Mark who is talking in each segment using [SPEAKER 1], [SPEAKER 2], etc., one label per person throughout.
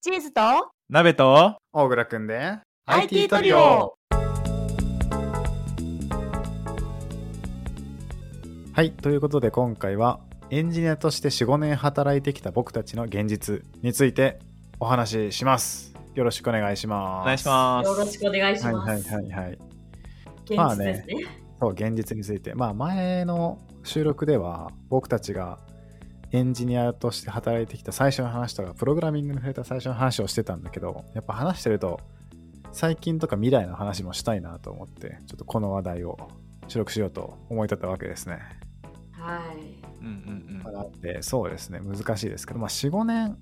[SPEAKER 1] チーズと
[SPEAKER 2] 鍋と
[SPEAKER 3] 大倉くんで
[SPEAKER 1] IT トリオ
[SPEAKER 3] はいということで今回はエンジニアとして45年働いてきた僕たちの現実についてお話ししますよろしくお願いします
[SPEAKER 2] お願いしま
[SPEAKER 4] よろ
[SPEAKER 2] す。
[SPEAKER 4] しくお願いし
[SPEAKER 3] はい
[SPEAKER 4] ます。
[SPEAKER 3] はいはいはい
[SPEAKER 4] 現実ですね。
[SPEAKER 3] そう現実についてまあ前の収録では僕たちがエンジニアとして働いてきた最初の話とかプログラミングに触れた最初の話をしてたんだけどやっぱ話してると最近とか未来の話もしたいなと思ってちょっとこの話題を収録しようと思い立ったわけですね。
[SPEAKER 4] はい。
[SPEAKER 2] うんうん
[SPEAKER 3] だってそうですね難しいですけど、まあ、45年、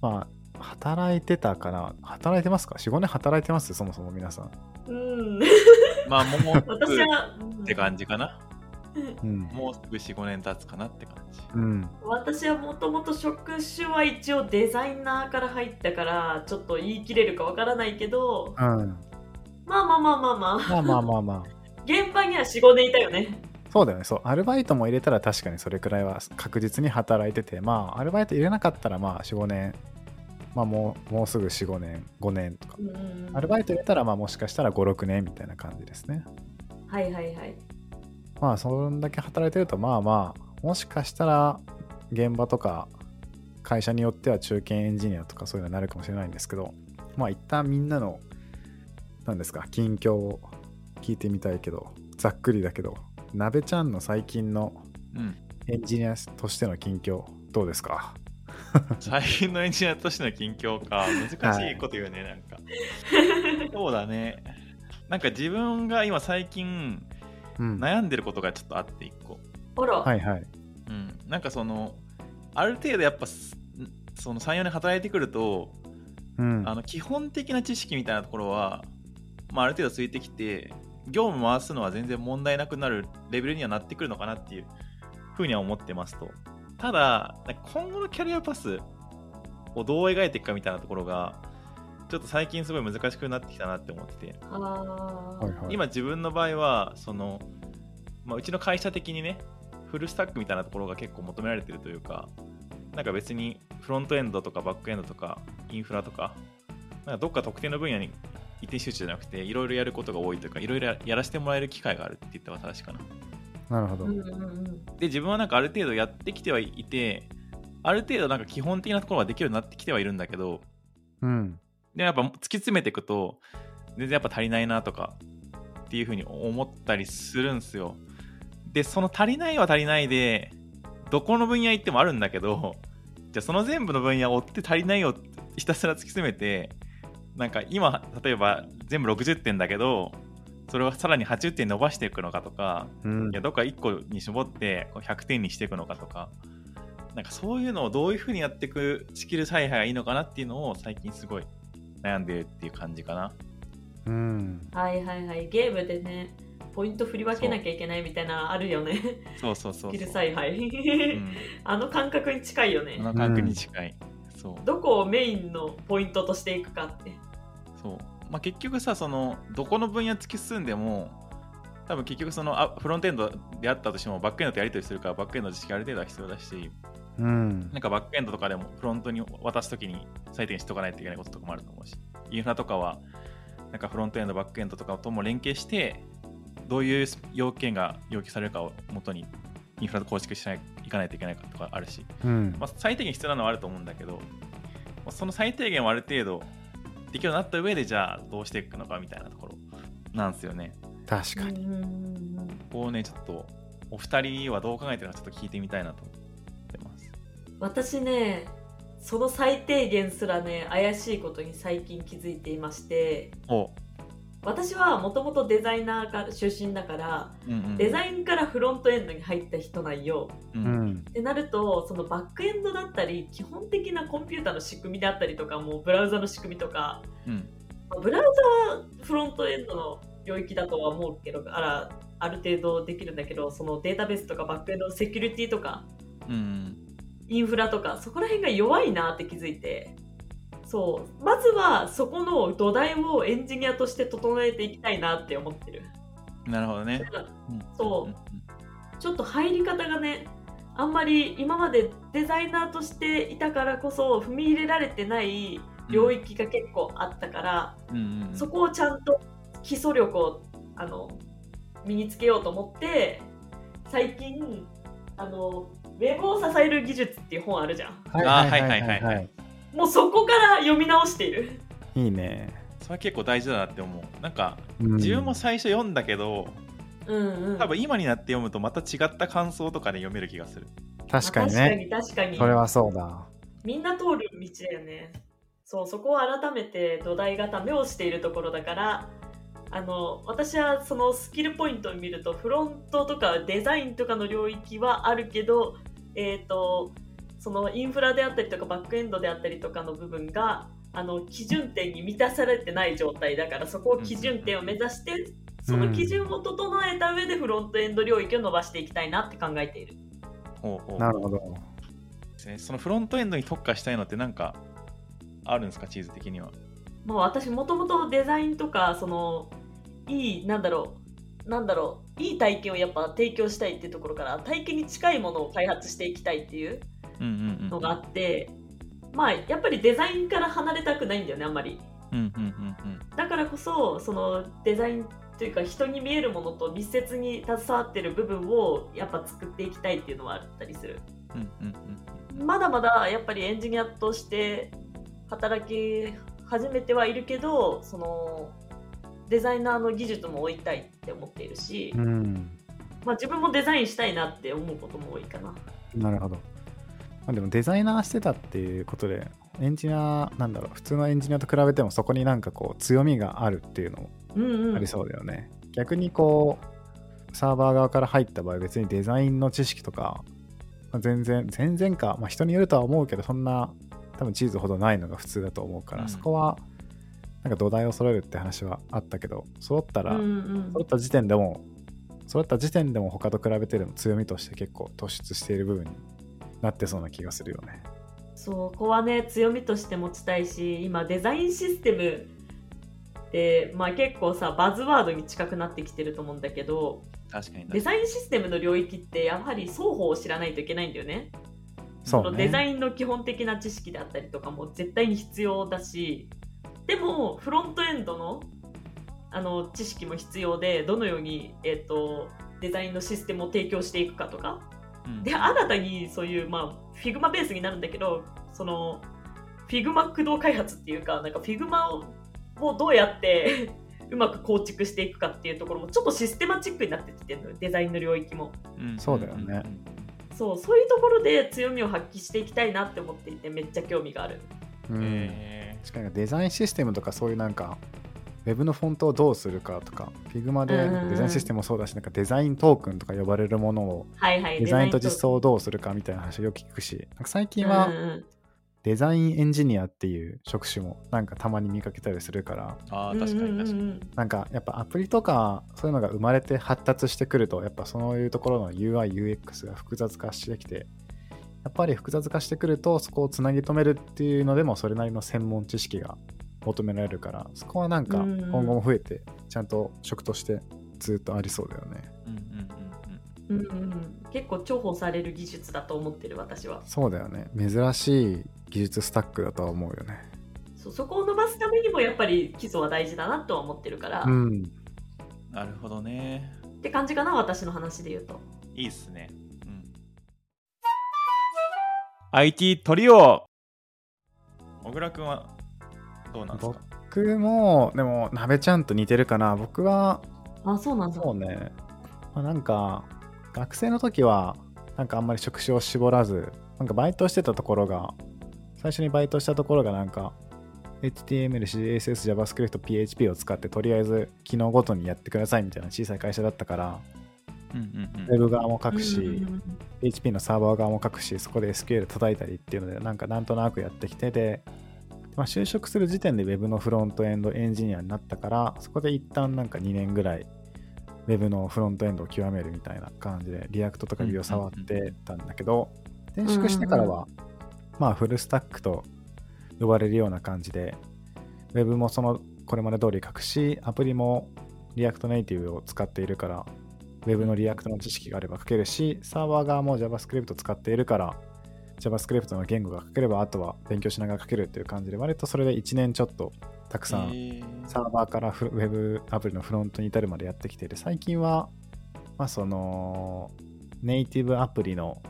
[SPEAKER 3] まあ、働いてたから働いてますか45年働いてますそもそも皆さん。
[SPEAKER 4] うん。
[SPEAKER 2] うん。まあもうす
[SPEAKER 4] 私
[SPEAKER 2] ぐっ
[SPEAKER 4] は、うん
[SPEAKER 2] て感じかな。
[SPEAKER 3] うん
[SPEAKER 2] もうすぐ4、5年経つかなって感じ。
[SPEAKER 3] うん、
[SPEAKER 4] 私はもともと職種は一応デザイナーから入ったから、ちょっと言い切れるかわからないけど、
[SPEAKER 3] うん、
[SPEAKER 4] まあまあまあまあまあ、
[SPEAKER 3] まあまあまあまあ
[SPEAKER 4] 現場には4、5年いたよね。
[SPEAKER 3] そうだよねそうアルバイトも入れたら確かにそれくらいは確実に働いててまあアルバイト入れなかったらまあ45年まあもうもうすぐ45年5年とか
[SPEAKER 4] うん
[SPEAKER 3] アルバイト入れたらまあもしかしたら56年みたいな感じですね
[SPEAKER 4] はいはいはい。
[SPEAKER 3] まあそんだけ働いてるとまあまあもしかしたら現場とか会社によっては中堅エンジニアとかそういうのになるかもしれないんですけどまあ一旦みんなの何ですか近況を聞いてみたいけどざっくりだけどなべちゃんの最近の
[SPEAKER 2] うん。
[SPEAKER 3] エンジニアとしての近況どうですか
[SPEAKER 2] 最近のエンジニアとしての近況か。難しいこと言うね、なんか。そうだね。なんか自分が今最近
[SPEAKER 3] うんはい
[SPEAKER 2] 悩んでることがちょっとあって一個。
[SPEAKER 4] あら、、
[SPEAKER 3] はいいはい
[SPEAKER 2] うん。なんかその、ある程度やっぱす、その3、4年働いてくると、
[SPEAKER 3] うん
[SPEAKER 2] あの基本的な知識みたいなところは、まあ、ある程度ついてきて業務回すのは全然問題なくなるレベルにはなってくるのかなっていうふうには思ってますとただなんか今後のキャリアパスをどう描いていくかみたいなところがちょっと最近すごい難しくなってきたなって思ってて
[SPEAKER 4] あー
[SPEAKER 3] はいはい
[SPEAKER 2] 今自分の場合はその、まあ、うちの会社的にねフルスタックみたいなところが結構求められてるというかなんか別にフロントエンドとかバックエンドとかインフラとかなんかどっか特定の分野に一点集中じゃなくていろいろやることが多いというかいろいろやらせてもらえる機会があるって言ったら正しいかな
[SPEAKER 3] なるほど
[SPEAKER 4] うんうんうん。
[SPEAKER 2] で自分はなんかある程度やってきてはいてある程度なんか基本的なところはできるようになってきてはいるんだけど
[SPEAKER 3] うん
[SPEAKER 2] でもやっぱ突き詰めていくと全然やっぱ足りないなとかっていうふうに思ったりするんですよでその足りないは足りないでどこの分野行ってもあるんだけどじゃあその全部の分野を追って足りないをひたすら突き詰めてなんか今例えば全部60点だけどそれをさらに80点伸ばしていくのかとか
[SPEAKER 3] うん
[SPEAKER 2] いやどっか1個に絞ってこう100点にしていくのかとかなんかそういうのをどういうふうにやっていくスキル采配がいいのかなっていうのを最近すごい悩んでるっていう感じかな
[SPEAKER 3] うん
[SPEAKER 4] はいはいはい。ゲームでね、ポイント振り分けなきゃいけないみたいなのあるよね。
[SPEAKER 2] そうそうそうそう
[SPEAKER 4] キル采配。
[SPEAKER 2] うん、
[SPEAKER 4] あの感覚に近いよね
[SPEAKER 2] あ。の感覚に近い、そう
[SPEAKER 4] どこをメインのポイントとしていくかって。
[SPEAKER 2] そう、まあ、結局さそのどこの分野突き進んでも多分結局そのあフロントエンドであったとしてもバックエンドとやり取りするからバックエンドの知識ある程度は必要だし
[SPEAKER 3] うん
[SPEAKER 2] なんかバックエンドとかでもフロントに渡すときに採点しとかないといけないこととかもあると思うし、インフラとかは、なんかフロントエンド、バックエンドとかとも連携して、どういう要件が要求されるかを元にインフラと構築しないいかないといけないかとかあるし、
[SPEAKER 3] うん
[SPEAKER 2] まあ、最低限必要なのはあると思うんだけど、まあその最低限をある程度できるようになった上で、じゃあどうしていくのかみたいなところなんですよね。
[SPEAKER 3] 確かに
[SPEAKER 4] うんうんうん
[SPEAKER 2] ここをね、ちょっとお二人はどう考えてるのかちょっと聞いてみたいなと思ってます。
[SPEAKER 4] 私ね、その最低限すらね、怪しいことに最近気づいていまして、
[SPEAKER 2] お
[SPEAKER 4] 私はもともとデザイナーが出身だから、
[SPEAKER 2] うんうん、
[SPEAKER 4] デザ
[SPEAKER 2] イ
[SPEAKER 4] インからフロントエンドに入った人なんよ。
[SPEAKER 2] ン、うん
[SPEAKER 3] うん
[SPEAKER 4] ってなると、そのバックエンドだったり、基本的なコンピューターの仕組みであったりとか、もうブラウザの仕組みとか、
[SPEAKER 2] うん
[SPEAKER 4] まあブラウザはフロントエンドの領域だとは思うけどあらある程度できるんだけどそのデータベースとかバックエンドのセキュリティとか
[SPEAKER 2] うん
[SPEAKER 4] インフラとかそこら辺が弱いなって気づいてそうまずはそこの土台をエンジニアとして整えていきたいなって思ってる
[SPEAKER 2] なるほどね。
[SPEAKER 4] そうんちょっと入り方がねあんまり今までデザイナーとしていたからこそ踏み入れられてない領域が結構あったから、
[SPEAKER 2] うんうん
[SPEAKER 4] そこをちゃんと基礎力をあの身につけようと思って最近あのウェブを支える技術っていう本あるじゃん
[SPEAKER 3] はい。
[SPEAKER 2] あーはいはいはいはい
[SPEAKER 4] もうそこから読み直している
[SPEAKER 3] いいね。
[SPEAKER 2] それは結構大事だなって思うなんか
[SPEAKER 3] うん
[SPEAKER 2] 自分も最初読んだけど、
[SPEAKER 4] うんうん
[SPEAKER 2] 多分今になって読むとまた違った感想とかで読める気がする
[SPEAKER 3] 確かにね。
[SPEAKER 4] まあ確かに確
[SPEAKER 3] そ
[SPEAKER 4] か
[SPEAKER 3] れ
[SPEAKER 4] に
[SPEAKER 3] はそうだ。
[SPEAKER 4] みんな通る道だよねそうそこを改めて土台がめをしているところだからあの私はそのスキルポイントを見るとフロントとかデザインとかの領域はあるけどえっ、とそのインフラであったりとかバックエンドであったりとかの部分があの基準点に満たされてない状態だからそこを基準点を目指してその基準を整えた上でフロントエンド領域を伸ばしていきたいなって考えている。
[SPEAKER 2] ほうほう
[SPEAKER 3] なるほど。
[SPEAKER 2] ですねそのフロントエンドに特化したいのってなんかあるんですかチーズ的には
[SPEAKER 4] もう私もともとデザインとかそのいいなんだろうなんだろういい体験をやっぱ提供したいっていうところから体験に近いものを開発していきたいっていう
[SPEAKER 2] うんうんう
[SPEAKER 4] の
[SPEAKER 2] ん
[SPEAKER 4] があって、まあやっぱりデザインから離れたくないんだよねあんまり
[SPEAKER 2] うんうんうんうん
[SPEAKER 4] だからこそそのデザインというか人に見えるものと密接に携わってる部分をやっぱ作っていきたいっていうのはあったりする
[SPEAKER 2] うんうん
[SPEAKER 4] まだまだやっぱりエンジニアとして働き始めてはいるけどそのデザイナーの技術も追いたいって思っているし、
[SPEAKER 3] うん。
[SPEAKER 4] まあ、自分もデザインしたいなって思うことも多いかな。
[SPEAKER 3] なるほど。まあ、でもデザイナーしてたっていうことで、エンジニア、なんだろう、普通のエンジニアと比べてもそこになんかこう強みがあるっていうのも
[SPEAKER 4] うんうん、
[SPEAKER 3] ありそうだよね。逆にこう、サーバー側から入った場合、別にデザインの知識とか、まあ全然、全然か、まあ、人によるとは思うけど、そんな、多分チーズほどないのが普通だと思うから、
[SPEAKER 2] うん
[SPEAKER 3] そこは、なんか土台を揃えるって話はあったけど、揃ったら、
[SPEAKER 4] うんうん
[SPEAKER 3] 揃った時点でも揃った時点でも他と比べてでも強みとして結構突出している部分になってそうな気がするよね。
[SPEAKER 4] そうここはね強みとして持ちたいし今デザインシステムって、まあ、結構さバズワードに近くなってきてると思うんだけど
[SPEAKER 2] 確かに
[SPEAKER 4] デ
[SPEAKER 2] 確か
[SPEAKER 4] ザインシステムの領域ってやはり双方を知らないといけないんだよね。
[SPEAKER 3] そ
[SPEAKER 4] そうのデザ
[SPEAKER 3] ね。
[SPEAKER 4] インの基本的な知識であったりとかも絶対に必要だしでもフロントエンドのあの知識も必要でどのように、えっとデザインのシステムを提供していくかとか
[SPEAKER 2] に
[SPEAKER 4] で新たにそういう、まあ、フィグマベースになるんだけどそのフィグマ駆動開発っていうかなんかフィグマををどうやって うまく構築していくかっていうところもちょっとシステマチックになってきてるのよデザインの領域も。
[SPEAKER 2] うんん
[SPEAKER 3] そうだよね
[SPEAKER 4] そうそういうところで強みを発揮していきたいなって思っていてめっちゃ興味がある
[SPEAKER 3] う
[SPEAKER 2] うんうん
[SPEAKER 3] ん
[SPEAKER 2] へ
[SPEAKER 3] 確かにデザインシステムとかそういうなんかウェブのフォントをどうするかとか Figma で
[SPEAKER 4] うんうんうん
[SPEAKER 3] デザインシステムもそうだしなんかデザイントークンとか呼ばれるものを
[SPEAKER 4] はいはい
[SPEAKER 3] デザインと実
[SPEAKER 4] 装
[SPEAKER 3] 装をどうするかみたいな話をよく聞くしなんか最近
[SPEAKER 4] うん
[SPEAKER 3] は
[SPEAKER 4] うん
[SPEAKER 3] デザインエンジニアっていう職種もなんかたまに見かけたりするから
[SPEAKER 2] ーあー確か
[SPEAKER 4] うん
[SPEAKER 2] に確かに
[SPEAKER 4] うんうん
[SPEAKER 3] なんかやっぱアプリとかそういうのが生まれて発達してくるとやっぱそういうところの UIUX が複雑化してきてやっぱり複雑化してくるとそこをつなぎ止めるっていうのでもそれなりの専門知識が求められるからそこはなんか
[SPEAKER 4] うんうん
[SPEAKER 3] 今後も増えてちゃんと職としてずっとありそうだよね
[SPEAKER 2] うんうんうんうん
[SPEAKER 4] うんうんうん結構重宝される技術だと思ってる私は
[SPEAKER 3] そうだよね珍しい技術スタックだとは思うよね
[SPEAKER 4] そうそこを伸ばすためにもやっぱり基礎は大事だなとは思ってるから、
[SPEAKER 3] うん
[SPEAKER 2] なるほどね
[SPEAKER 4] って感じかな私の話で言うと
[SPEAKER 2] いいっすねうん IT トリオ小倉くんはどうなんですか
[SPEAKER 3] 僕もでも鍋ちゃんと似てるかな僕は
[SPEAKER 4] あそうなんだ
[SPEAKER 3] そうね、まあ、なんか学生の時はなんかあんまり職種を絞らずなんかバイトしてたところが最初にバイトしたところがなんか HTML、CSS、JavaScript、PHP を使ってとりあえず機能ごとにやってくださいみたいな小さい会社だったから
[SPEAKER 2] うんうんう
[SPEAKER 3] Web 側も書く
[SPEAKER 4] うんうん
[SPEAKER 3] し
[SPEAKER 4] うん
[SPEAKER 3] PHP のサーバー側も書くしそこで SQL 叩いたりっていうのでなんかなんとなくやってきてで、まあ、就職する時点で Web のフロントエンドエンジニアになったからそこで一旦なんか2年ぐらい Web のフロントエンドを極めるみたいな感じでリアクトとか Vue を触ってたんだけど転職してからはまあフルスタックと呼ばれるような感じで Web もそのこれまで通り書くしアプリもリアクトネイティブを使っているから、Web のリアクトの知識があれば書けるし、サーバー側も JavaScript を使っているから、 JavaScript の言語が書ければ、あとは勉強しながら書けるっていう感じで、割とそれで1年ちょっとたくさん
[SPEAKER 2] えー
[SPEAKER 3] サーバーからフウェブアプリのフロントに至るまでやってきていて、最近は、まあ、その、ネイティブアプリの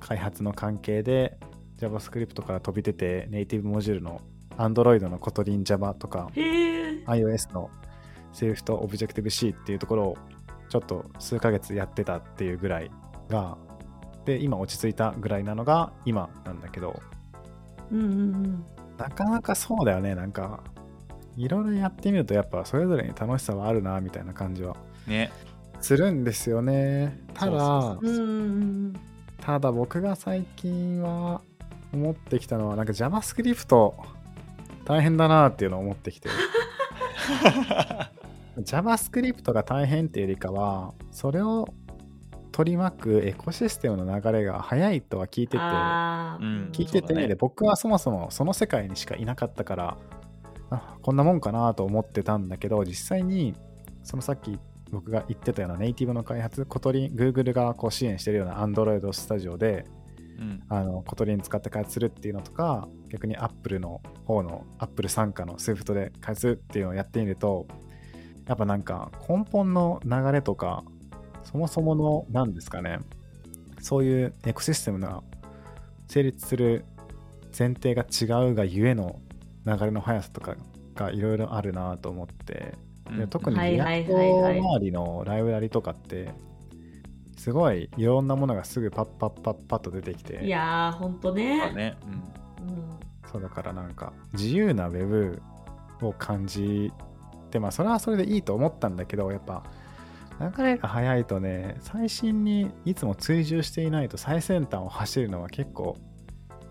[SPEAKER 3] 開発の関係で、JavaScript から飛び出て、ネイティブモジュールの Android のコトリン Java とか、
[SPEAKER 4] へえ
[SPEAKER 3] iOS の Swift Objective C っていうところをちょっと数ヶ月やってたっていうぐらいが、で、今落ち着いたぐらいなのが今なんだけど、
[SPEAKER 1] うんうん
[SPEAKER 3] なかなかそうだよね、なんか、いろいろやってみるとやっぱそれぞれに楽しさはあるな、みたいな感じは
[SPEAKER 2] ね
[SPEAKER 3] するんですよね。ただ、
[SPEAKER 2] そう
[SPEAKER 1] うんうんうん
[SPEAKER 3] ただ僕が最近は思ってきたのは、なんか JavaScript 大変だなっていうのを思ってきてる。JavaScript が大変っていうよりかはそれを取り巻くエコシステムの流れが早いとは聞いてて聞
[SPEAKER 4] あー
[SPEAKER 2] うん
[SPEAKER 3] いて
[SPEAKER 2] そ
[SPEAKER 3] て、
[SPEAKER 2] うだね
[SPEAKER 3] で僕はそもそもその世界にしかいなかったからあこんなもんかなと思ってたんだけど実際にそのさっき僕が言ってたようなネイティブの開発コトリン Google がこう支援してるような Android スタジオで
[SPEAKER 2] うん
[SPEAKER 3] あのコトリン使って開発するっていうのとか逆に Apple の方の Apple 傘下の Swift で開発するっていうのをやってみるとやっぱなんか根本の流れとかそもそもの何ですかねそういうエコシステムが成立する前提が違うがゆえの流れの速さとかがいろいろあるなと思って
[SPEAKER 2] うん
[SPEAKER 3] で特に
[SPEAKER 4] はい
[SPEAKER 3] リア
[SPEAKER 4] はい
[SPEAKER 3] ク
[SPEAKER 4] は
[SPEAKER 3] ト
[SPEAKER 4] いはい
[SPEAKER 3] 周りのライブラリとかってすごいいろんなものがすぐパッパッパッパッと出てき
[SPEAKER 4] い
[SPEAKER 3] て
[SPEAKER 4] やーほんと
[SPEAKER 2] そうだ
[SPEAKER 4] ね
[SPEAKER 2] ね、うん
[SPEAKER 4] うん
[SPEAKER 3] そうだからなんか自由な Web を感じてまあそれはそれでいいと思ったんだけどやっぱ流れが早いとね最新にいつも追従していないと最先端を走るのは結構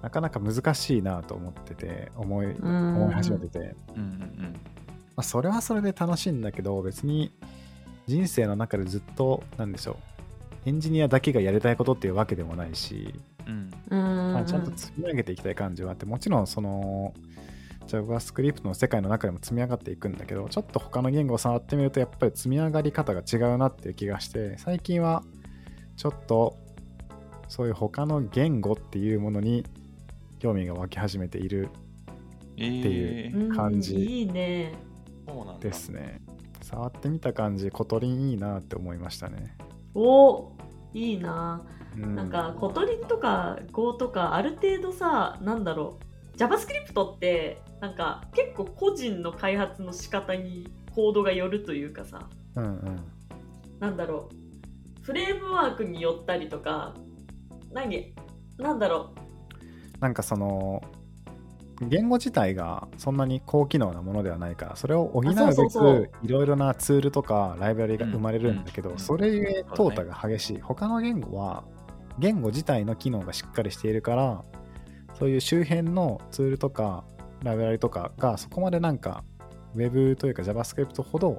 [SPEAKER 3] なかなか難しいなと思ってて思い
[SPEAKER 4] うん
[SPEAKER 3] 思い始めてて。
[SPEAKER 2] うんうん
[SPEAKER 3] まあ、それはそれで楽しいんだけど別に人生の中でずっと何でしょうエンジニアだけがやりたいことっていうわけでもないし、
[SPEAKER 2] うんうん
[SPEAKER 4] うん
[SPEAKER 3] まあ、ちゃんと積み上げていきたい感じはあってもちろんその JavaScript の世界の中でも積み上がっていくんだけどちょっと他の言語を触ってみるとやっぱり積み上がり方が違うなっていう気がして最近はちょっとそういう他の言語っていうものに興味が湧き始めている
[SPEAKER 2] えー
[SPEAKER 3] ってい
[SPEAKER 4] うん
[SPEAKER 3] 感じ
[SPEAKER 4] いいね
[SPEAKER 2] そうなんだ
[SPEAKER 3] ですね触ってみた感じコトリンいいなって思いましたね、
[SPEAKER 4] おいいな
[SPEAKER 3] う
[SPEAKER 4] なんかコトリンとか Go とかある程度さなんだろう JavaScript ってなんか結構個人の開発の仕方にコードがよるというかさ
[SPEAKER 3] うんうん
[SPEAKER 4] なんだろうフレームワークによったりとか何なんだろ
[SPEAKER 3] なんかその言語自体がそんなに高機能なものではないからそれを補うべ
[SPEAKER 4] あそうそうそう
[SPEAKER 3] くいろいろなツールとかライブラリが生まれるんだけ
[SPEAKER 2] うん
[SPEAKER 3] ど
[SPEAKER 2] うん
[SPEAKER 3] それゆえ
[SPEAKER 2] そう
[SPEAKER 3] 淘
[SPEAKER 2] だね
[SPEAKER 3] 汰が激しい他の言語は言語自体の機能がしっかりしているからそういう周辺のツールとかライブラリとかがそこまでなんか Web というか JavaScript ほど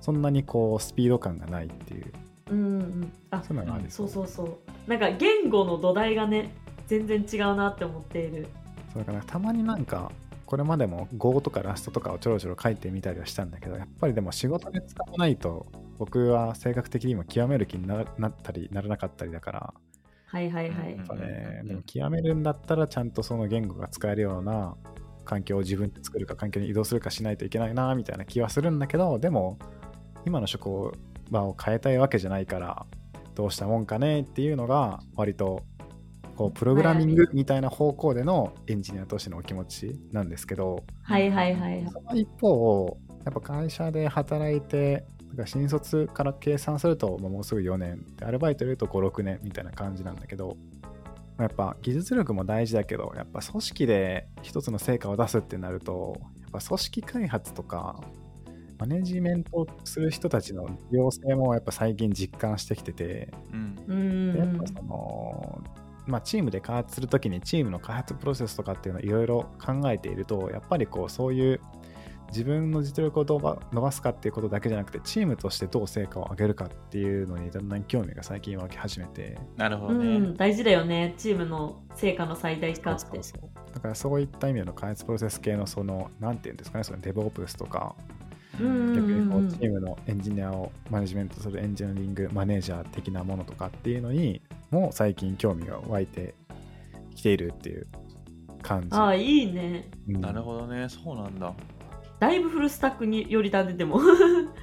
[SPEAKER 3] そんなにこうスピード感がないっていう
[SPEAKER 4] ううんうんあ
[SPEAKER 3] そういうのがある
[SPEAKER 4] そうそうそうなんか言語の土台がね全然違うなって思っている
[SPEAKER 3] そうだからたまになんかこれまでも Go とかラストとかをちょろちょろ書いてみたりはしたんだけどやっぱりでも仕事で使わないと僕は性格的にも極める気にななったりならなかったりだから
[SPEAKER 4] はいはいはい、
[SPEAKER 2] うん
[SPEAKER 3] やっぱね
[SPEAKER 2] うん
[SPEAKER 3] でも極めるんだったらちゃんとその言語が使えるような環境を自分で作るか環境に移動するかしないといけないなみたいな気はするんだけどでも今の職場を変えたいわけじゃないからどうしたもんかねっていうのが割とこうプログラミングみたいな方向でのエンジニアとしてのお気持ちなんですけど
[SPEAKER 4] はいはいはいはい
[SPEAKER 3] その一方やっぱ会社で働いてだから新卒から計算するとまあもうすぐ4年でアルバイト入れると56年みたいな感じなんだけどやっぱ技術力も大事だけどやっぱ組織で一つの成果を出すってなるとやっぱ組織開発とかマネジメントをする人たちの重要性もやっぱ最近実感してきてて
[SPEAKER 2] うん
[SPEAKER 4] うんうんう
[SPEAKER 3] でやっ
[SPEAKER 4] ん
[SPEAKER 3] ぱその、まあ、チームで開発するときにチームの開発プロセスとかっていうのをいろいろ考えているとやっぱりこうそういう自分の実力をどうば伸ばすかっていうことだけじゃなくてチームとしてどう成果を上げるかっていうのにだんだん興味が最近湧き始めて
[SPEAKER 2] なるほ
[SPEAKER 4] う
[SPEAKER 2] どね、
[SPEAKER 4] ん、大事だよねチームの成果の最大化って
[SPEAKER 3] そうそうそうだからそういった意味での開発プロセス系のその何て言うんですかねそのデボープスとか
[SPEAKER 4] うん
[SPEAKER 3] 逆にこうチームのエンジニアをマネジメントするエンジニアリングマネージャー的なものとかっていうのにも最近興味が湧いて来ているっていう感じ。
[SPEAKER 4] ああいいね
[SPEAKER 3] うん
[SPEAKER 2] なるほどね、そうなんだ。
[SPEAKER 4] だいぶフルスタックによりだねでも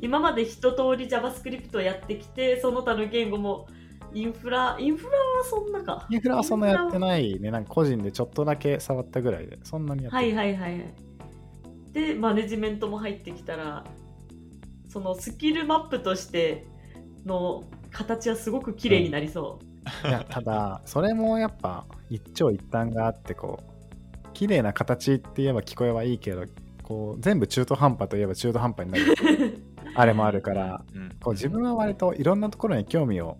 [SPEAKER 4] 今まで一通り JavaScript をやってきてその他の言語もインフラインフラはそんなか
[SPEAKER 3] インフラはそんなやってないね、なんか個人でちょっとだけ触ったぐらいで、そんなにやって
[SPEAKER 4] はい
[SPEAKER 3] い。
[SPEAKER 4] はいはいはいでマネジメントも入ってきたらそのスキルマップとしての形はすごく綺麗になりそう、
[SPEAKER 3] いやただ、それもやっぱ一長一短があって、こう、綺麗な形って言えば聞こえはいいけど、こう全部中途半端といえば中途半端になるあれもあるから
[SPEAKER 2] うん、
[SPEAKER 3] こう自分は割といろんなところに興味を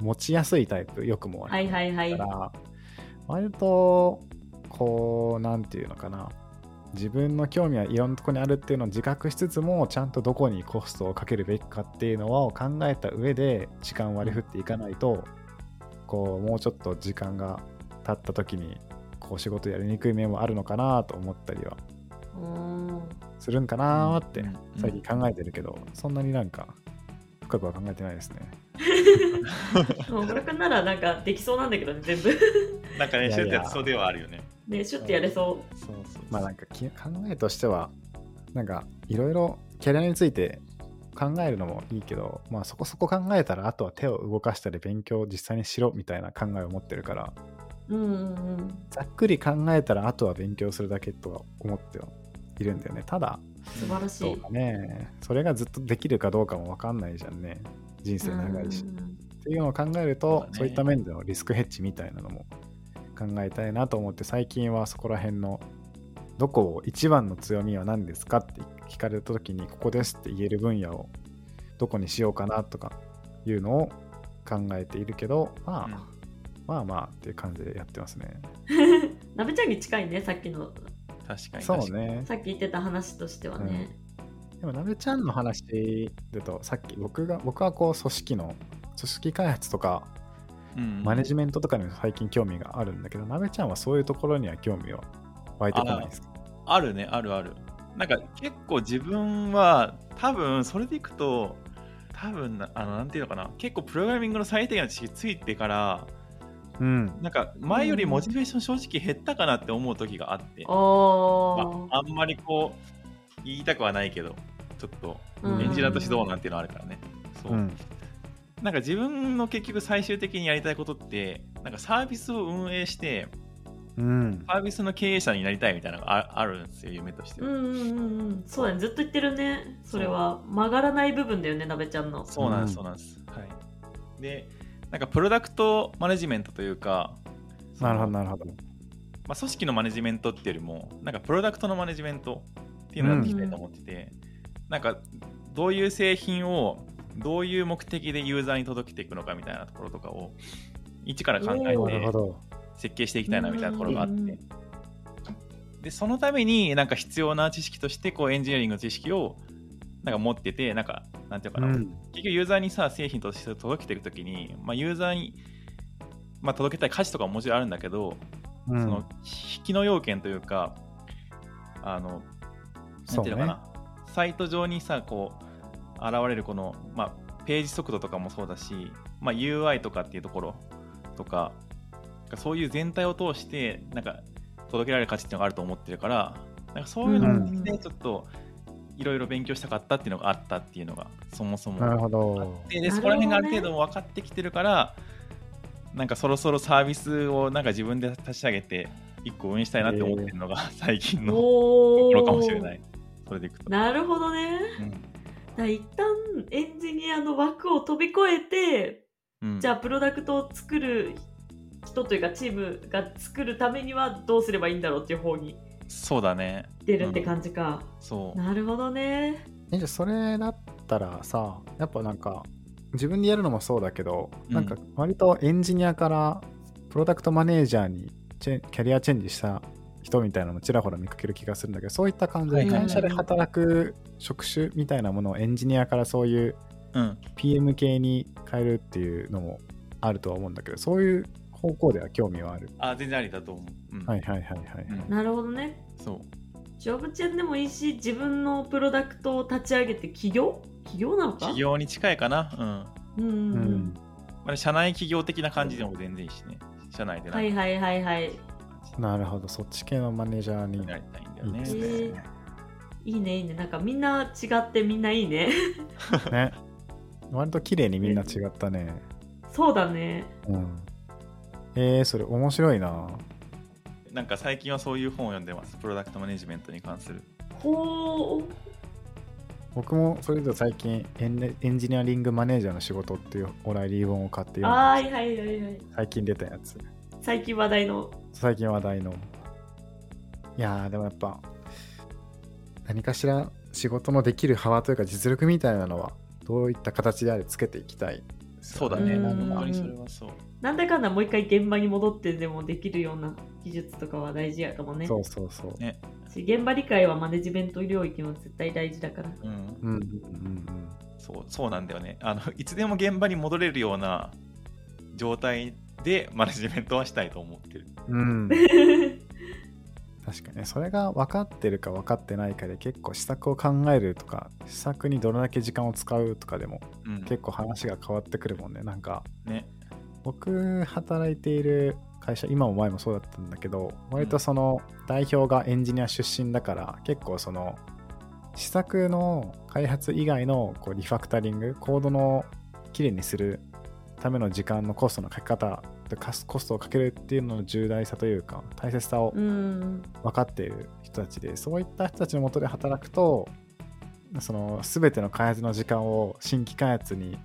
[SPEAKER 3] 持ちやすいタイプよくも悪くも
[SPEAKER 4] はいはいはい
[SPEAKER 3] だから割とこうなんていうのかな自分の興味はいろんなとこにあるっていうのを自覚しつつもちゃんとどこにコストをかけるべきかっていうのを考えた上で時間を割り振っていかないとこうもうちょっと時間が経った時にこう仕事やりにくい面もあるのかなと思ったりは
[SPEAKER 4] うーん
[SPEAKER 3] するんかなーって
[SPEAKER 2] うん
[SPEAKER 3] 最近考えてるけどそんなになんか深くは考えてないですね。
[SPEAKER 4] そうこれからならなんかできそうなんだけどね全部
[SPEAKER 2] なんか
[SPEAKER 3] い
[SPEAKER 2] ね、
[SPEAKER 3] や
[SPEAKER 2] シ
[SPEAKER 3] いや
[SPEAKER 2] ュートやってそうではあるよね。
[SPEAKER 4] ねシュッてやれそ
[SPEAKER 2] そうそう
[SPEAKER 3] まあなんかき考えとしてはなんかいろいろキャリアについて考えるのもいいけど、まあ、そこそこ考えたらあとは手を動かしたり勉強を実際にしろみたいな考えを持ってるから
[SPEAKER 4] ううんうんうん
[SPEAKER 3] ざっくり考えたらあとは勉強するだけとは思ってはいるんだよねただ
[SPEAKER 4] 素晴らしい
[SPEAKER 3] そうだねそれがずっとできるかどうかも分かんないじゃんね人生長いし
[SPEAKER 4] うん
[SPEAKER 3] っ
[SPEAKER 4] うんうん
[SPEAKER 3] ていうのを考えると
[SPEAKER 2] そうだね
[SPEAKER 3] そういった面でのリスクヘッジみたいなのも考えたいなと思って最近はそこら辺のどこを一番の強みは何ですかって聞かれた時にここですって言える分野をどこにしようかなとかいうのを考えているけどまあ、
[SPEAKER 2] うん
[SPEAKER 3] まあまあっていう感じでやってますね。
[SPEAKER 4] なべちゃん に近いねさっきの
[SPEAKER 2] 確かに。
[SPEAKER 3] そう
[SPEAKER 2] 確かに。
[SPEAKER 3] ね。
[SPEAKER 4] さっき言ってた話としてはね、
[SPEAKER 3] でもなべちゃんの話だとさっき僕が僕はこう組織の組織開発とか
[SPEAKER 2] うん
[SPEAKER 3] マネジメントとかにも最近興味があるんだけど、なべちゃんはそういうところには興味は湧いてこないですか
[SPEAKER 2] あるね、あるある。なんか結構自分は多分それでいくと多分なあのなんていうのかな結構プログラミングの最低限の知識ついてから
[SPEAKER 3] うん。
[SPEAKER 2] なんか前よりモチベーション正直減ったかなって思う時があって、
[SPEAKER 4] お
[SPEAKER 2] まあ、あんまりこう言いたくはないけどちょっと
[SPEAKER 4] うん
[SPEAKER 2] エンジニアとしてどうなんていうのはあるからね、そう、
[SPEAKER 3] うん。
[SPEAKER 2] なんか自分の結局最終的にやりたいことってなんかサービスを運営して
[SPEAKER 3] うん。
[SPEAKER 2] サービスの経営者になりたいみたいなのがああるんですよ夢として
[SPEAKER 4] う
[SPEAKER 2] は、
[SPEAKER 4] んうんうんうんそうだねずっと言ってるねそれは曲がらない部分だよねなべちゃんの
[SPEAKER 2] そうなんで
[SPEAKER 3] う
[SPEAKER 2] す、
[SPEAKER 3] ん
[SPEAKER 2] そうなんです。はい。で、なんかプロダクトマネジメントというか、その
[SPEAKER 3] なるほど、なるほど。
[SPEAKER 2] まあ、組織のマネジメントっていうよりも、なんかプロダクトのマネジメントっていうのをやっていきたいと思ってて、なんかどういう製品をどういう目的でユーザーに届けていくのかみたいなところとかを一から考え
[SPEAKER 4] お
[SPEAKER 3] なるほ
[SPEAKER 2] て
[SPEAKER 3] ど。
[SPEAKER 2] 設計していきたいなみたいなところがあっ
[SPEAKER 4] うんうん
[SPEAKER 2] て。でそのためになんか必要な知識としてこうエンジニアリングの知識をなんか持っててなんかなんていうの
[SPEAKER 3] う
[SPEAKER 2] かな、
[SPEAKER 3] ん。
[SPEAKER 2] 結局ユーザーにさ製品として届けていくときに、まあ、ユーザーに、まあ、届けたい価値とかももちろんあるんだけど、
[SPEAKER 3] う
[SPEAKER 2] そ
[SPEAKER 3] ん
[SPEAKER 2] の引きの要件というかあのなんていうのかな、サイト上にさこう現れるこの、まあ、ページ速度とかもそうだし、まあ、UI とかっていうところとかそういう全体を通してなんか届けられる価値っていうのがあると思ってるからなんかそういうのにねちょっといろいろ勉強したかったっていうのがあったっていうのがそもそも
[SPEAKER 3] なるほど。
[SPEAKER 4] なるほど
[SPEAKER 2] でで
[SPEAKER 4] ね
[SPEAKER 2] そこら辺がある程度分かってきてるからなんかそろそろサービスをなんか自分で立ち上げて一個運営したいなって思ってるのが最 近のと
[SPEAKER 4] お
[SPEAKER 2] こ
[SPEAKER 4] ー
[SPEAKER 2] ろかもしれないそれでいくと、
[SPEAKER 4] なるほどね
[SPEAKER 2] うん
[SPEAKER 4] だから一旦エンジニアの枠を飛び越えて
[SPEAKER 2] うん
[SPEAKER 4] じゃあプロダクトを作る人というかチームが作るためにはどうすればいいんだろうっていう方に
[SPEAKER 2] そうだね
[SPEAKER 4] 出るって感じか、
[SPEAKER 2] そう
[SPEAKER 4] なるほどね
[SPEAKER 3] えじゃあそれだったらさ、やっぱなんか、自分でやるのもそうだけど、
[SPEAKER 2] うん
[SPEAKER 3] なんか割とエンジニアからプロダクトマネージャーにチェンキャリアチェンジした人みたいなのもちらほら見かける気がするんだけど、そういった感じ
[SPEAKER 2] はい
[SPEAKER 3] で
[SPEAKER 2] はいはい
[SPEAKER 3] 会社で働く職種みたいなものをエンジニアからそういう
[SPEAKER 2] うん
[SPEAKER 3] PM 系に変えるっていうのもあるとは思うんだけど、そういう方向では興味はある。
[SPEAKER 2] あ全然ありだと思う、うん
[SPEAKER 3] はいはいはいはい。
[SPEAKER 2] うん
[SPEAKER 4] なるほどね
[SPEAKER 2] そう
[SPEAKER 4] ジョブチェンでもいいし自分のプロダクトを立ち上げて起業起業なのか
[SPEAKER 2] 企業に近いかな、うん
[SPEAKER 4] うんうんう
[SPEAKER 3] うんん
[SPEAKER 2] まあ、社内企業的な感じでも全然いいしね社内でな
[SPEAKER 4] は
[SPEAKER 2] ん
[SPEAKER 4] い
[SPEAKER 2] か
[SPEAKER 4] はいはいはい。
[SPEAKER 3] なるほど、そっち系のマネージャーに。
[SPEAKER 2] なりたいんだよ
[SPEAKER 3] いい
[SPEAKER 2] ね。
[SPEAKER 3] です
[SPEAKER 4] ねいいねいいね。なんかみんな違ってみんないいね。
[SPEAKER 3] ね。割と綺麗にみんな違ったね。
[SPEAKER 4] そうだね。
[SPEAKER 3] うん。えー、それ面白いな。
[SPEAKER 2] なんか最近はそういう本を読んでます。プロダクトマネジメントに関する。
[SPEAKER 4] ほう。
[SPEAKER 3] 僕もそれで最近エンネエンジニアリングマネージャーの仕事っていうオライリー本を買って読んだ
[SPEAKER 4] は
[SPEAKER 3] んで
[SPEAKER 4] いはいはいはい。
[SPEAKER 3] す最近出たやつ。
[SPEAKER 4] 最近話題の。
[SPEAKER 3] 最近話題の。いやーでもやっぱ何かしら仕事のできる幅というか実力みたいなのはどういった形であれつけていきたいです
[SPEAKER 2] そう
[SPEAKER 3] よ、
[SPEAKER 2] だね。
[SPEAKER 4] うん
[SPEAKER 2] 本当にそれはそう。
[SPEAKER 4] なんだかんだもう一回現場に戻ってでもできるような技術とかは大事やかもね。
[SPEAKER 3] そうそうそう。
[SPEAKER 2] ね。
[SPEAKER 4] し現場理解はマネジメント領域も絶対大事だから。
[SPEAKER 2] うん。
[SPEAKER 3] うんうんうん
[SPEAKER 2] そうそうなんだよねあの。 いつでも現場に戻れるような状態でマネジメントはしたいと思ってる。
[SPEAKER 3] うん。うん確かにねそれが分かってるか分かってないかで結構施策を考えるとか施策にどれだけ時間を使うとかでも
[SPEAKER 2] うん、
[SPEAKER 3] 結構話が変わってくるもんねなんか
[SPEAKER 2] ね。
[SPEAKER 3] 僕働いている会社今も前もそうだったんだけど割とその代表がエンジニア出身だから結構その施策の開発以外のこうリファクタリングコードのきれいにするための時間のコストのかけ方でかコストをかけるっていうのの重大さというか大切さを
[SPEAKER 4] うん。
[SPEAKER 3] 分かっている人たちでそういった人たちのもとで働くとその全ての開発の時間を新規開発に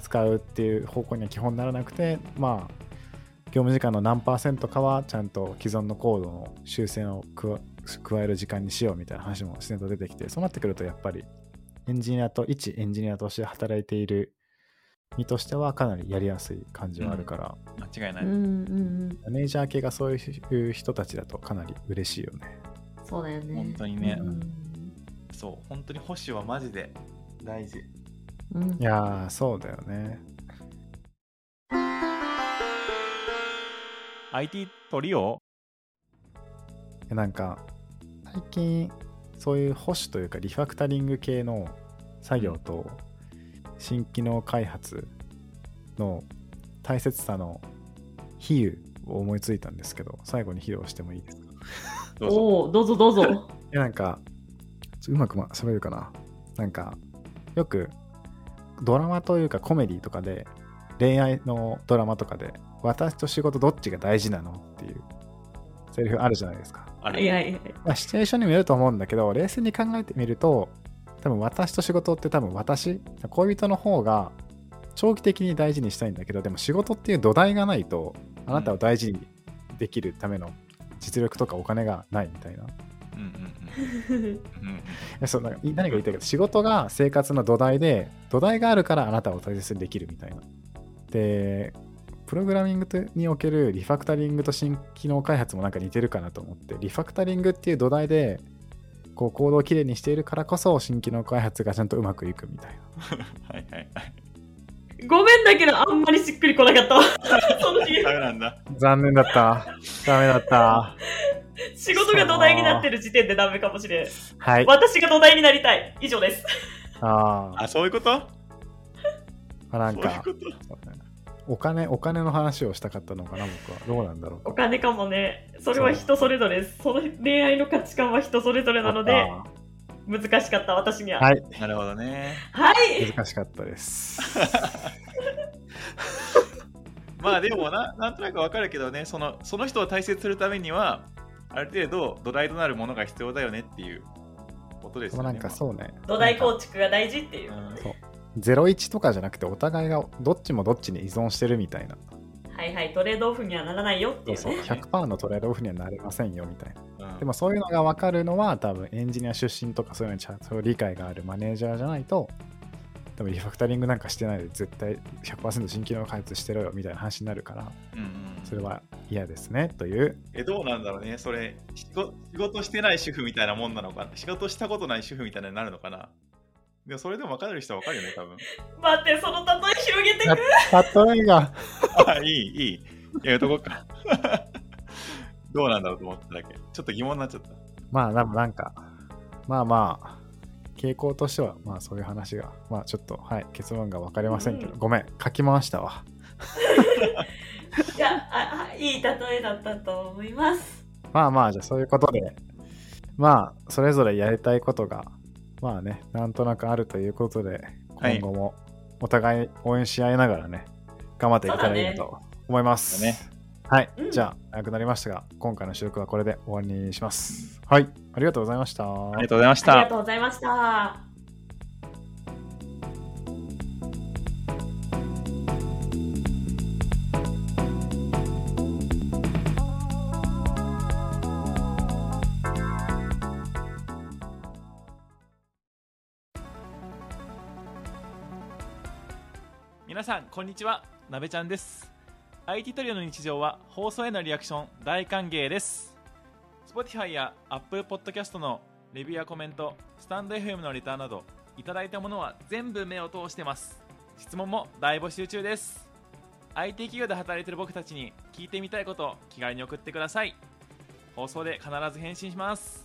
[SPEAKER 3] 使うっていう方向には基本ならなくてまあ業務時間の何パーセントかはちゃんと既存のコードの修正を加加える時間にしようみたいな話も自然と出てきてそうなってくるとやっぱりエンジニアと一エンジニアとして働いている身としてはかなりやりやすい感じはあるから、
[SPEAKER 2] 間違いな
[SPEAKER 4] う
[SPEAKER 2] い。
[SPEAKER 4] んうん
[SPEAKER 3] マネージャー系がそういう人たちだとかなり嬉しいよね。
[SPEAKER 4] うん。そうだよね。
[SPEAKER 2] 本当にね
[SPEAKER 4] うん
[SPEAKER 2] そう。本当に保守はマジで大事。
[SPEAKER 4] うん
[SPEAKER 3] い、やーそうだよね。
[SPEAKER 2] IT トリオ
[SPEAKER 3] でなんか最近そういう保守というかリファクタリング系の作業と新機能開発の大切さの比喩を思いついたんですけど最後に披露してもいいですか
[SPEAKER 2] どうぞ。
[SPEAKER 4] おお、どうぞどうぞ。
[SPEAKER 3] でなんかちょうまくま喋れるかななんかよくドラマというかコメディとかで恋愛のドラマとかで私と仕事どっちが大事なのっていうセリフあるじゃないですか
[SPEAKER 2] あ
[SPEAKER 4] はいは
[SPEAKER 2] れ。
[SPEAKER 4] いはい。
[SPEAKER 3] まあ、シチュエーションにもよると思うんだけど冷静に考えてみると多分私と仕事って多分私恋人の方が長期的に大事にしたいんだけどでも仕事っていう土台がないとあなたを大事にできるための実力とかお金がないみたいな
[SPEAKER 2] うんうんうん。 うん
[SPEAKER 3] えそうなんかい何が言いたいか仕事が生活の土台で土台があるからあなたを大切にできるみたいな。でプログラミングとにおけるリファクタリングと新機能開発もなんか似てるかなと思ってリファクタリングっていう土台でこう行動をきれいにしているからこそ新機能開発がちゃんとうまくいくみたいな。
[SPEAKER 2] はいはいはい。
[SPEAKER 4] ごめんだけど、あんまりしっくりこなか ったわ。その日
[SPEAKER 2] ダメなんだ。
[SPEAKER 3] 残念だった。ダメだった。
[SPEAKER 4] 仕事が土台になってる時点でダメかもしれん。
[SPEAKER 3] はい。
[SPEAKER 4] 私が土台になりたい。以上です。
[SPEAKER 3] あー
[SPEAKER 2] あ、そういうこと
[SPEAKER 3] まあなんか
[SPEAKER 2] そういうこ
[SPEAKER 3] お金お金の話をしたかったのかな僕はどうなんだろう
[SPEAKER 4] お金かもね。それは人それぞれです。その恋愛の価値観は人それぞれなので、
[SPEAKER 3] あ
[SPEAKER 4] 難しかった、私には。
[SPEAKER 3] は
[SPEAKER 4] はいい。
[SPEAKER 2] となるほどね。
[SPEAKER 3] 難しかったです。
[SPEAKER 2] まあでもな、なんとなくわかるけどね、そのその人を大切にするためには、ある程度土台となるものが必要だよねっていうことです
[SPEAKER 3] でも
[SPEAKER 2] よね。
[SPEAKER 3] なんかそうね。
[SPEAKER 4] 土台構築が大事っていう。
[SPEAKER 2] ま
[SPEAKER 4] は
[SPEAKER 2] あうん
[SPEAKER 3] 01とかじゃなくてお互いがどっちもどっちに依存してるみたいない
[SPEAKER 4] はい、トレードオフにはならないよっていう
[SPEAKER 2] そう
[SPEAKER 4] ね。
[SPEAKER 2] ね
[SPEAKER 3] 100%のトレードオフにはなれませんよみたいな
[SPEAKER 2] うん
[SPEAKER 3] でもそういうのが分かるのは多分エンジニア出身とかそういうのにちゃんと理解があるマネージャーじゃないと多分リファクタリングなんかしてないで絶対100%新機能開発してろよみたいな話になるから
[SPEAKER 2] うんうん
[SPEAKER 3] それは嫌ですねという
[SPEAKER 2] えどうなんだろうね、それ仕事、仕事してない主婦みたいなもんなのかな、仕事したことない主婦みたいなになるのかな。でもそれでも分かる人は分かるよね、多分
[SPEAKER 4] 待って、その例え広げてく。
[SPEAKER 3] 例えが
[SPEAKER 2] あいい、いい。やめとこうか。 どうなんだろうと思っただけ。ちょっと疑問になっちゃった。
[SPEAKER 3] まあでもなんかまあまあ傾向としてはまあそういう話がまあちょっとはい結論が分かりませんけど、
[SPEAKER 4] うん
[SPEAKER 3] ごめん書き回したわ
[SPEAKER 4] いやああいい例えだったと思います
[SPEAKER 3] まあまあ、じゃあそういうことで、まあ、それぞれやりたいことが、まあね、なんとなくあるということで、
[SPEAKER 2] はい
[SPEAKER 3] 今後もお互い応援し合いながらね、頑張っていけたらいいなと思います。
[SPEAKER 2] そうだね
[SPEAKER 3] はい、
[SPEAKER 4] うん
[SPEAKER 3] じゃあ、長くなりましたが、今回の収録はこれで終わりにします。はい、ありがとうございました。
[SPEAKER 2] ありがとうございまし
[SPEAKER 4] ありが
[SPEAKER 2] た
[SPEAKER 4] と。うございました
[SPEAKER 2] 皆さんこんにちはなべちゃんです IT トリオの日常は放送へのリアクション大歓迎です Spotify や Apple Podcast のレビューやコメントスタンド FM のレターなどいただいたものは全部目を通してます質問も大募集中です IT 企業で働いている僕たちに聞いてみたいことを気軽に送ってください放送で必ず返信します